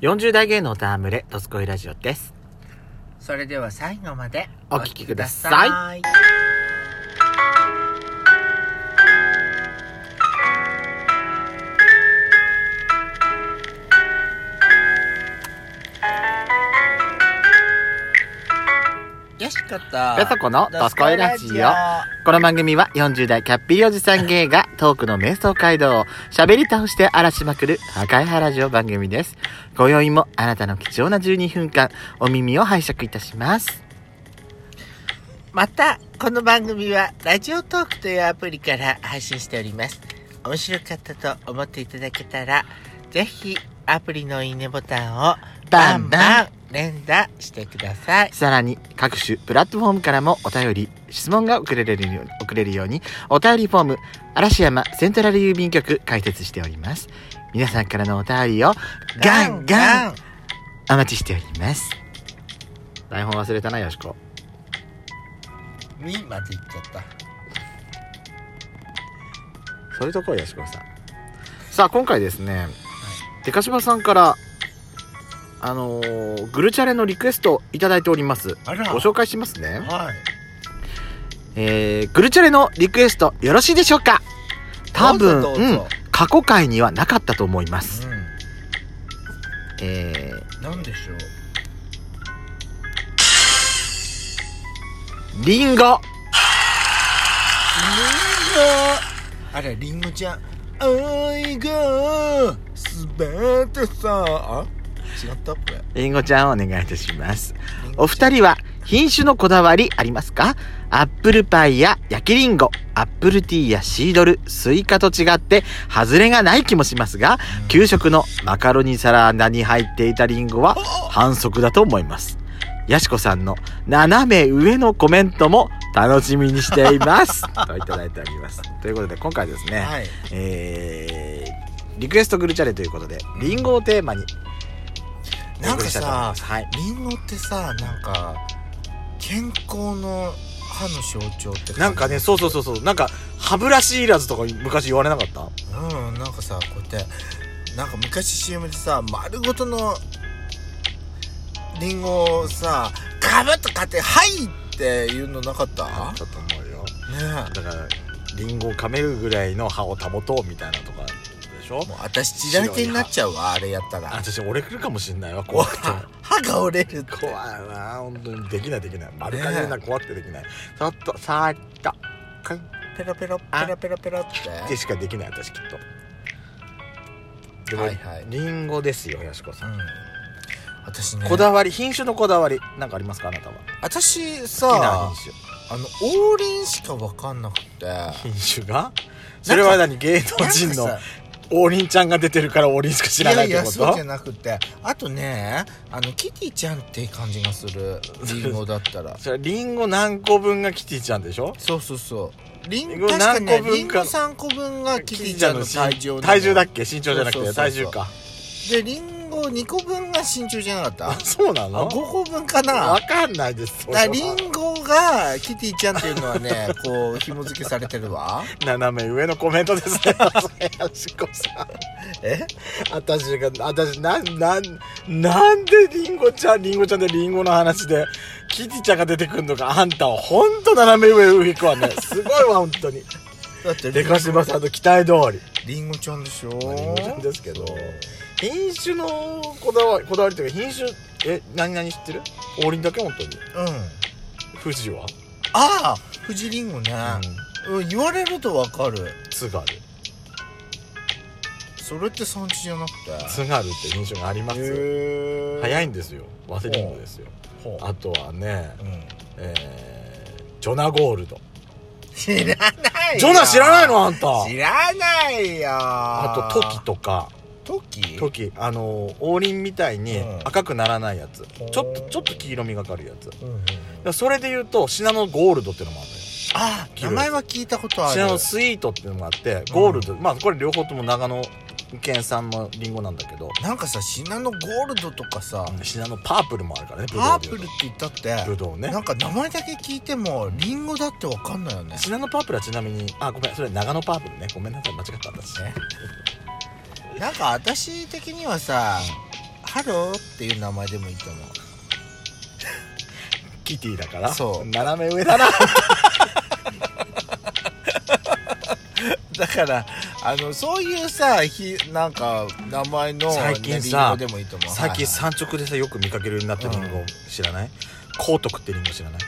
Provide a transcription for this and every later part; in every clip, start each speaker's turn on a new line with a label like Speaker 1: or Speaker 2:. Speaker 1: 40代芸能たわむれ、ドスコイラジオです。
Speaker 2: それでは最後まで
Speaker 1: お聞きくださ
Speaker 2: い。よしこと。
Speaker 1: よそこのドスコイラジオこの番組は40代キャッピーおじさん芸がトークの瞑想街道を喋り倒して荒らしまくる赤い原ラジオ番組です。今宵もあなたの貴重な12分間、お耳を拝借いたします。
Speaker 2: また、この番組はラジオトークというアプリから配信しております。面白かったと思っていただけたら、ぜひアプリのいいねボタンを
Speaker 1: バ
Speaker 2: バ
Speaker 1: ン
Speaker 2: ン
Speaker 1: バ
Speaker 2: バ
Speaker 1: ン
Speaker 2: ン連打してください。
Speaker 1: さらに各種プラットフォームからもお便り、質問が送れるように、送れるようにお便りフォーム、嵐山セントラル郵便局開設しております。皆さんからのお便りをガンガン
Speaker 2: ン
Speaker 1: お待ちしております台本忘れたなよしこ
Speaker 2: みまで言っちゃった。
Speaker 1: そういうとこよしこさんさあ今回ですねデカシバさんからあのーグルチャレのリクエストいただいております
Speaker 2: あら
Speaker 1: ご紹介しますね、
Speaker 2: はい。
Speaker 1: えー、グルチャレのリクエストよろしいでしょうか多分
Speaker 2: どうぞどうぞ
Speaker 1: うん過去回にはなかったと思います、
Speaker 2: う
Speaker 1: え
Speaker 2: ん。なんでしょう。
Speaker 1: ー、リンゴ
Speaker 2: リンゴあれ、リンゴちゃん。愛がすべてさ。あ違ったこれ。
Speaker 1: リンゴちゃんお願いいたしますお二人は品種のこだわりありますかアップルパイや焼きリンゴ、アップルティーやシードル、スイカと違って外れがない気もしますが、給食のマカロニサラダに入っていたリンゴは反則だと思います。ヤシコさんの斜め上のコメントも楽しみにしてい ます。といただいております。ということで今回ですね、
Speaker 2: はい。
Speaker 1: えー、リクエストグルチャレということで、リンゴをテーマにお
Speaker 2: なん
Speaker 1: 送
Speaker 2: か
Speaker 1: りしたいと思い
Speaker 2: さ
Speaker 1: ます。、はい。
Speaker 2: リンゴってさ、なんか健康の歯の象徴って感じ
Speaker 1: なんかね、そうそうそうそう、なんか歯ブラシいらずとか昔言われなかった。
Speaker 2: うん、なんかさ、こうやって、なんか昔 CM でさ、丸ごとのリンゴをさ、ガブッと買って、はいって言うのなかったね
Speaker 1: だと思うよ。
Speaker 2: え。
Speaker 1: だから、リンゴを噛めるぐらいの歯を保とうみたいなとかでしょ。
Speaker 2: もう私、血だらけになっちゃうわ、あれやった
Speaker 1: あ
Speaker 2: ら。
Speaker 1: 私折れくるかもしんないわ、怖
Speaker 2: 怖
Speaker 1: く
Speaker 2: い
Speaker 1: て。
Speaker 2: 歯が折れるって。
Speaker 1: 怖いな、本当にできないできない、丸かじりな怖くてできない。さっと、さーっと、かんっ
Speaker 2: ペロペロ、ペロペロペロって
Speaker 1: て。しかできない、私きっと。でも
Speaker 2: はいはい
Speaker 1: リンゴですよ、やしこさ。
Speaker 2: うんん。私ね、
Speaker 1: こだわり、品種のこだわり、なんかありますか、あなたは。
Speaker 2: 私
Speaker 1: 好きな
Speaker 2: さ、
Speaker 1: 品
Speaker 2: あの、王林しかわかんなく て。
Speaker 1: 種。品種が。それは何、芸能人の
Speaker 2: なんか。さ
Speaker 1: 王林ちゃんが出てるから王林しか知らないってこと
Speaker 2: やいやそうじゃなくてあとねあのキティちゃんって感じがするリンゴだっ たら
Speaker 1: それリンゴ何個分がキティちゃんでしょ
Speaker 2: そうそうそうリ
Speaker 1: リン
Speaker 2: ン
Speaker 1: ゴ
Speaker 2: ゴ確かにね
Speaker 1: 何個分
Speaker 2: リンゴ
Speaker 1: か
Speaker 2: 3個分がキティちゃんの体重
Speaker 1: 体重だっ
Speaker 2: け
Speaker 1: け身長じゃなく
Speaker 2: そうそ
Speaker 1: て
Speaker 2: うそう
Speaker 1: 体重か
Speaker 2: でリンゴ2個分が身長じゃなか
Speaker 1: あ
Speaker 2: っ
Speaker 1: そうな
Speaker 2: たあ
Speaker 1: の
Speaker 2: 5個分かな
Speaker 1: わかんないですそれ
Speaker 2: だ
Speaker 1: は
Speaker 2: リンゴがキティちゃんっていうの はねこう紐付けされてるわ
Speaker 1: 斜め上のコメントです ねやしこさん
Speaker 2: え
Speaker 1: 私が私なんなんなんでリンゴちゃんリンゴちゃんでリンゴの話でキティちゃんが出てくるのかあんたはほんと斜め上上行くわねすごいわ本当 に
Speaker 2: だって
Speaker 1: でかしばさんの期待通り
Speaker 2: リンゴちゃんでしょリ
Speaker 1: リンゴちゃんですけど品種のこだわりこだわりというか品種え何々知ってる王林だけ本当に
Speaker 2: うん
Speaker 1: 富士は
Speaker 2: ああ富士リンゴね、うん、言われるとわかる
Speaker 1: 津軽
Speaker 2: それって産地じゃなくて
Speaker 1: 津軽って品種がありますよ
Speaker 2: へ
Speaker 1: 早
Speaker 2: い
Speaker 1: いんですよワセリンゴですよ
Speaker 2: ほう
Speaker 1: あとはね
Speaker 2: うん
Speaker 1: えージョナゴールド
Speaker 2: 知らないよ
Speaker 1: ジョナ知らないのあんた
Speaker 2: 知らないよ
Speaker 1: あとトキとか
Speaker 2: とトキ
Speaker 1: トキあのー王林みたいに
Speaker 2: うん
Speaker 1: 赤くならないやつちょ
Speaker 2: ほ
Speaker 1: っ
Speaker 2: う
Speaker 1: とちょっと黄色みがかるやつだか
Speaker 2: うんうんうん
Speaker 1: らそれで言うとシナノゴールドってのもあるのよ
Speaker 2: あ名前は聞いたことあ
Speaker 1: シ
Speaker 2: る
Speaker 1: ナノスイートっていうのがあってゴールド、まあこれ両方とも長野県産のリンゴなんだけど、
Speaker 2: なんかさシナノゴールドとかさ
Speaker 1: シナノパープルもあるからねブドウ
Speaker 2: パ
Speaker 1: で
Speaker 2: ー
Speaker 1: 言う
Speaker 2: プル
Speaker 1: と
Speaker 2: って言ったって
Speaker 1: ブドウね
Speaker 2: なんか名前だけ聞いてもリンゴだってわかんないよね
Speaker 1: シナノパープルはちなみにあごめんそれ長野パープルねごめんなさい間違った私
Speaker 2: ねなんか私的にはさハローっていう名前でもいいと思う
Speaker 1: キティだから
Speaker 2: そう
Speaker 1: 斜め上だな
Speaker 2: だからあのそういうさひなんか名前の
Speaker 1: 最近さ
Speaker 2: 練り語でもいいと思う
Speaker 1: 最近
Speaker 2: は
Speaker 1: 山直でさよく見かけるようになったリンゴ知らない高徳ってリンゴ知らない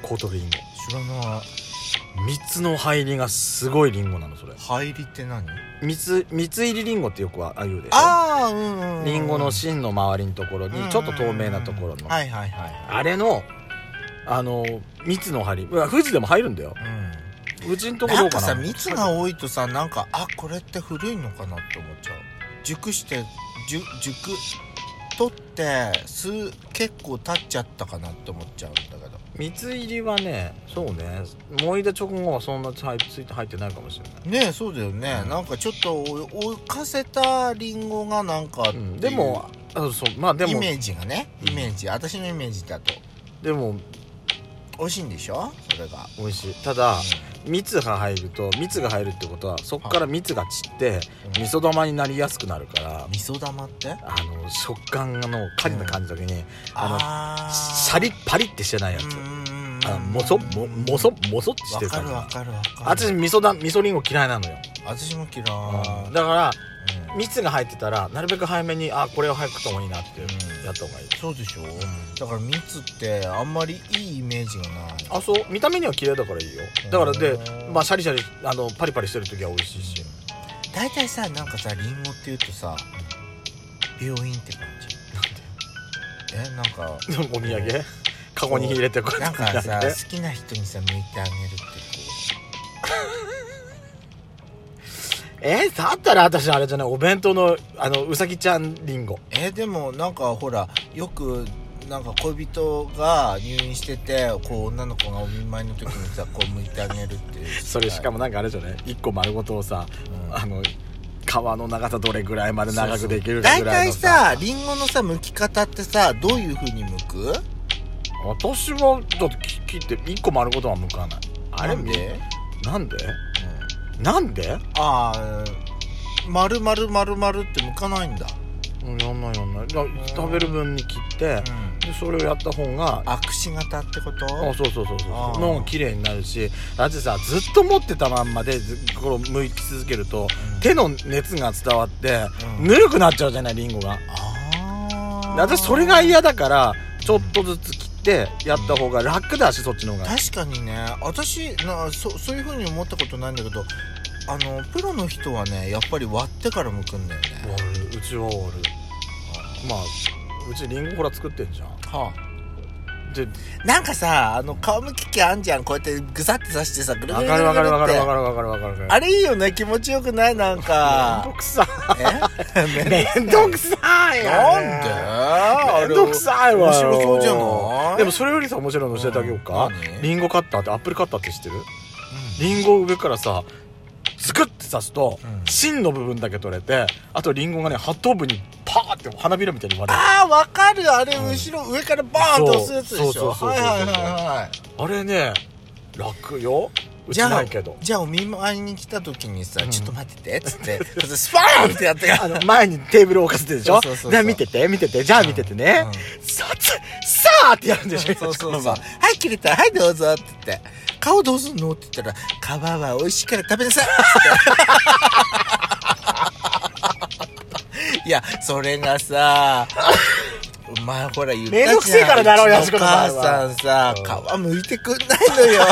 Speaker 1: 高徳リンゴ
Speaker 2: いはい知らない
Speaker 1: 三つの入りがすごいリンゴなのそれ
Speaker 2: 入りって何
Speaker 1: 三つ三つ入りリンゴってよくはああいうでしょ
Speaker 2: ああうんうん
Speaker 1: リンゴの芯の周りのところにちょっと透明なところの
Speaker 2: はいはいはい
Speaker 1: あれのあの蜜の針まあ富士でも入るんだよ
Speaker 2: うん
Speaker 1: うちんとこ
Speaker 2: な
Speaker 1: どうんか
Speaker 2: か
Speaker 1: な
Speaker 2: さ蜜が多いとさなんかあこれって古いのかなって思っちゃう熟して熟熟取って数結構経っちゃったかなって思っちゃうんだけど
Speaker 1: 蜜入りはねそうね燃えた直後はそんなついて入ってないかもしれない
Speaker 2: ねえそうだよね、
Speaker 1: うん
Speaker 2: なんかちょっとお置かせたリンゴがなんか、
Speaker 1: うんでもあそうまあで
Speaker 2: イ
Speaker 1: も
Speaker 2: メージがね
Speaker 1: うん
Speaker 2: イメージ、私のイメージだと
Speaker 1: でも
Speaker 2: 美味しいんでしょそれが
Speaker 1: 美味しいただ蜜が入ると蜜が入るってことはそっから蜜が散って
Speaker 2: うん
Speaker 1: 味噌玉になりやすくなるから
Speaker 2: 味噌玉って
Speaker 1: あの食感のカリな感じだけにあの
Speaker 2: あ
Speaker 1: シャリッパリってしてないやつあのもそももそもそってして
Speaker 2: わ
Speaker 1: る感
Speaker 2: かる
Speaker 1: じ
Speaker 2: わかるわか
Speaker 1: 私
Speaker 2: る
Speaker 1: 味噌だ味噌りんご嫌いなのよ
Speaker 2: 私も嫌い、
Speaker 1: うんだから
Speaker 2: うん
Speaker 1: 蜜が入ってたらなるべく早めにあこれを早く食った方がいいなって
Speaker 2: うん
Speaker 1: やった方がいい
Speaker 2: そうでしょ、だから蜜ってあんまりいいイメージがない
Speaker 1: あそう見た目には嫌いだからいいよだからで
Speaker 2: うん
Speaker 1: まあシャリシャリあのパリパリしてる時は美味しいし
Speaker 2: 大体さなんかさリンゴっていうとさ病院って感じえなんか
Speaker 1: でも お土産カゴに入れてこうや
Speaker 2: な
Speaker 1: っ
Speaker 2: ん
Speaker 1: てや
Speaker 2: か
Speaker 1: って
Speaker 2: さ好きな人にさ向いてあげるってこ
Speaker 1: えだったら私あれじゃないお弁当のあのうさぎちゃんりんご
Speaker 2: うえでもなんかほらよくなんか恋人が入院しててこう女の子がお見舞いの時にさこう向いてあげるっていう
Speaker 1: それしかもなんかあれじゃない一個丸ごとをさ
Speaker 2: うん
Speaker 1: あの皮の長さどれぐらいまで長くできるか
Speaker 2: 大
Speaker 1: ぐらい
Speaker 2: 体
Speaker 1: の
Speaker 2: さリンゴのさ剥き方ってさどういう風に剥く
Speaker 1: 私はだって切切って一個丸ごとは向かないあれ
Speaker 2: なんで、
Speaker 1: なんでなんで
Speaker 2: ああ丸々丸々って剥かないんだ、
Speaker 1: うんやんないやんないだ
Speaker 2: ん
Speaker 1: 食べる分に切ってでそれをやった方が
Speaker 2: あくし形ってこと
Speaker 1: あそうそうそうそう
Speaker 2: あー
Speaker 1: の方が綺麗になるしだってさずっと持ってたまんまでずこれを剥き続けると
Speaker 2: うん
Speaker 1: 手の熱が伝わって
Speaker 2: うん
Speaker 1: ぬるくなっちゃうじゃないリンゴが
Speaker 2: ああ
Speaker 1: 私それが嫌だからちょっとずつ切ってやった方が楽だしそっちの方が
Speaker 2: 確かにね私なそそういう風に思ったことないんだけどあのプロの人はねやっぱり割ってから剥くんだよね
Speaker 1: 割るうちは割るまあうちリンゴほら作ってんじゃん
Speaker 2: は
Speaker 1: で
Speaker 2: あ、なんかさあの皮むき器あんじゃんこうやってグサって刺してさぐるぐ
Speaker 1: わ
Speaker 2: るぐ
Speaker 1: か
Speaker 2: る
Speaker 1: る
Speaker 2: ぐるっ
Speaker 1: わ
Speaker 2: て
Speaker 1: かるわかるわかるわかるわかるわかる
Speaker 2: あれいいよね気持ちよくないなん
Speaker 1: めん
Speaker 2: か
Speaker 1: どくさ
Speaker 2: え
Speaker 1: め んどくさい
Speaker 2: なん
Speaker 1: めん
Speaker 2: で
Speaker 1: どくさいわよ
Speaker 2: 面白そうじゃない
Speaker 1: でもそれよりさ面白いの教えてあげようか、
Speaker 2: うん何
Speaker 1: リンゴカッターってアップルカッターって知ってる
Speaker 2: うん
Speaker 1: リンゴを上からさズクって刺すと、
Speaker 2: うん
Speaker 1: 芯の部分だけ取れてあとリンゴがね八等分にパーって花びらみたいに割れる
Speaker 2: あーわかるあれ
Speaker 1: うん
Speaker 2: 後ろ、上からバーンと押すやつでしょ
Speaker 1: そうそうそうそうそう
Speaker 2: はいはいはいはい
Speaker 1: あれね楽ようち
Speaker 2: じゃあ
Speaker 1: ないけど
Speaker 2: じゃあお見舞いに来た時にさ、
Speaker 1: うん
Speaker 2: ちょっと待っててっつってそれスパーンってやって
Speaker 1: あの前にテーブルを置かせてるでしょ
Speaker 2: そうそうそうそ
Speaker 1: で
Speaker 2: う
Speaker 1: 見てて見ててじゃあ見ててね、
Speaker 2: うん
Speaker 1: さつさあってやるんでしょ
Speaker 2: そうそうそう
Speaker 1: このまま
Speaker 2: はい切れたはいどうぞって言って顔どうすんのって言ったら皮は美味しいから食べなさいって いやそれがさお前ほら言ったじゃん
Speaker 1: めんどくせえからだろうよ
Speaker 2: うちのお母さんさ
Speaker 1: そこの前
Speaker 2: 皮剥いてくんないのよ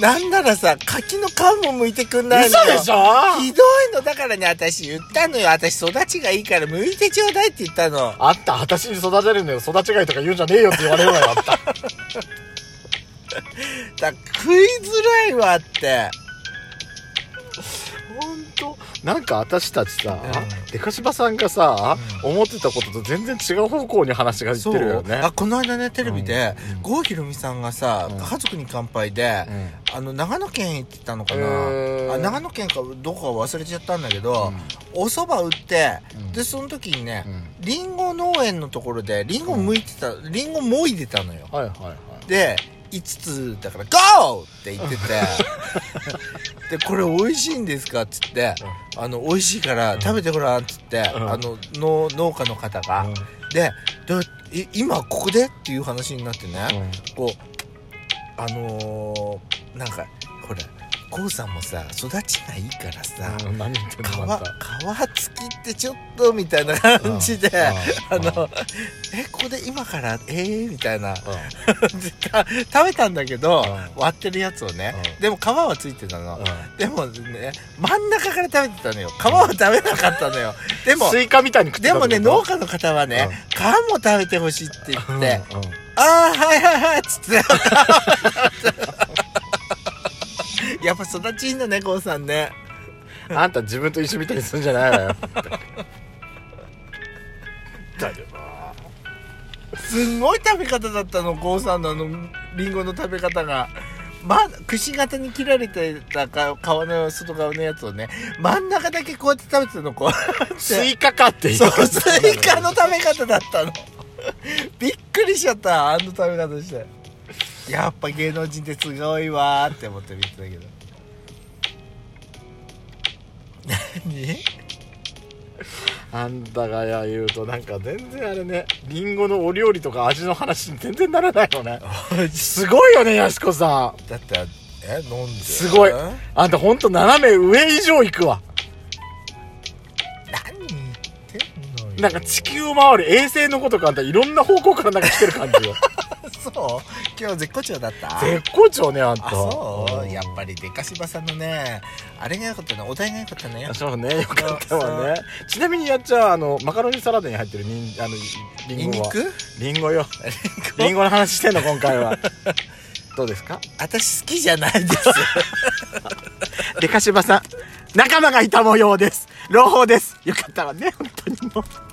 Speaker 2: なんならさ柿の皮も剥いてくんない
Speaker 1: 嘘
Speaker 2: のよ
Speaker 1: でしょ
Speaker 2: ひどいのだからね私言ったのよ私育ちがいいから剥いてちょうだいって言ったの
Speaker 1: あった私に育てるんだよ育ちがいとか言うんじゃねえよって言われるわよあった
Speaker 2: だ食いづらいわって
Speaker 1: 本当なんか私たちさ、
Speaker 2: うん
Speaker 1: デカシバさんがさ、
Speaker 2: う
Speaker 1: 思ってたことと全然違う方向に話がいってるよね
Speaker 2: あこの間ねテレビで、
Speaker 1: うん
Speaker 2: 郷ひろみさんがさ「
Speaker 1: うん
Speaker 2: 家族に乾杯で」
Speaker 1: うん
Speaker 2: あの長野県行ってたのか
Speaker 1: へ
Speaker 2: な
Speaker 1: ー
Speaker 2: あ長野県かどこか忘れちゃったんだけ
Speaker 1: う
Speaker 2: ど、お蕎麦売って、
Speaker 1: うん
Speaker 2: でその時にね、
Speaker 1: ん
Speaker 2: りんご農園のところでりんご剥いてた、りんごもいでたのよ
Speaker 1: はいはいはい
Speaker 2: で5つだから「ゴー!」って言って てでこれ美味しいんですか?」っつって「あの美味しいから食べてごらん」っつって、
Speaker 3: うん
Speaker 2: あの農農家の方が、でどうい今ここでっていう話になってね、こうあのーなんかほらこうさんもさ育ちがいいからさ、
Speaker 3: うん何言ってんのまた
Speaker 2: 皮皮付きってちょっとみたいな感じで、
Speaker 3: うん
Speaker 2: あの、え、ここで今から、えー、みたいな。 た食べたんだけど、
Speaker 3: う
Speaker 2: 割ってるやつをね。
Speaker 3: う
Speaker 2: でも皮はついてたの。
Speaker 3: う
Speaker 2: でもね、真ん中から食べてたのよ。皮は食べなかったのよ。で
Speaker 3: ん
Speaker 2: も、
Speaker 3: スイカみたいに食って
Speaker 2: で
Speaker 3: た
Speaker 2: もね、
Speaker 3: ってこ
Speaker 2: 農家の方はね、皮も食べてほしいって言
Speaker 3: と
Speaker 2: って、ああ、はいはいはい、つって。やっぱ育ちいいんだね、こうさんね。
Speaker 1: うんあんた自分と一緒みたいにするんじゃないわよ
Speaker 2: すんごい食べ方だったの郷さんのあのリンゴの食べ方が、ま、くし形に切られてたか皮の外側のやつをね真ん中だけこうやって食べてたのこうやって
Speaker 1: スイカかって言い
Speaker 2: そう
Speaker 1: 方
Speaker 2: スイカの食べ方だったの びっくりしちゃったあの食べ方してやっぱ芸能人ってすごいわーって思って見てたけど何
Speaker 1: あんたがや言うとなんか全然あれねリンゴのお料理とか味の話に全然ならないよねすごいよねやしこさん
Speaker 2: だってえ飲んで
Speaker 1: す
Speaker 2: す
Speaker 1: ごいあんたほんと斜め上以上行くわ
Speaker 2: 何言ってんのよ
Speaker 1: なんか地球を回る衛星のことかあんたいろんな方向からなんか来てる感じよ
Speaker 2: そう今日絶好調だった
Speaker 1: 絶好調 ねあんた
Speaker 2: あそう、
Speaker 1: ん
Speaker 2: やっぱりデカシバさんのねあれが良かったねお題が良かったね
Speaker 1: そうねよかったわねちなみにやっちゃんあのマカロニサラダに入ってるにんあのリ
Speaker 2: ニ
Speaker 1: ン
Speaker 2: ンニ
Speaker 1: ゴは
Speaker 2: ク
Speaker 1: リンゴよリンゴの話してんの今回 はどうですか
Speaker 2: 私好きじゃないです
Speaker 1: でかしばさん仲間がいた模様です朗報ですよかったわね本当にもう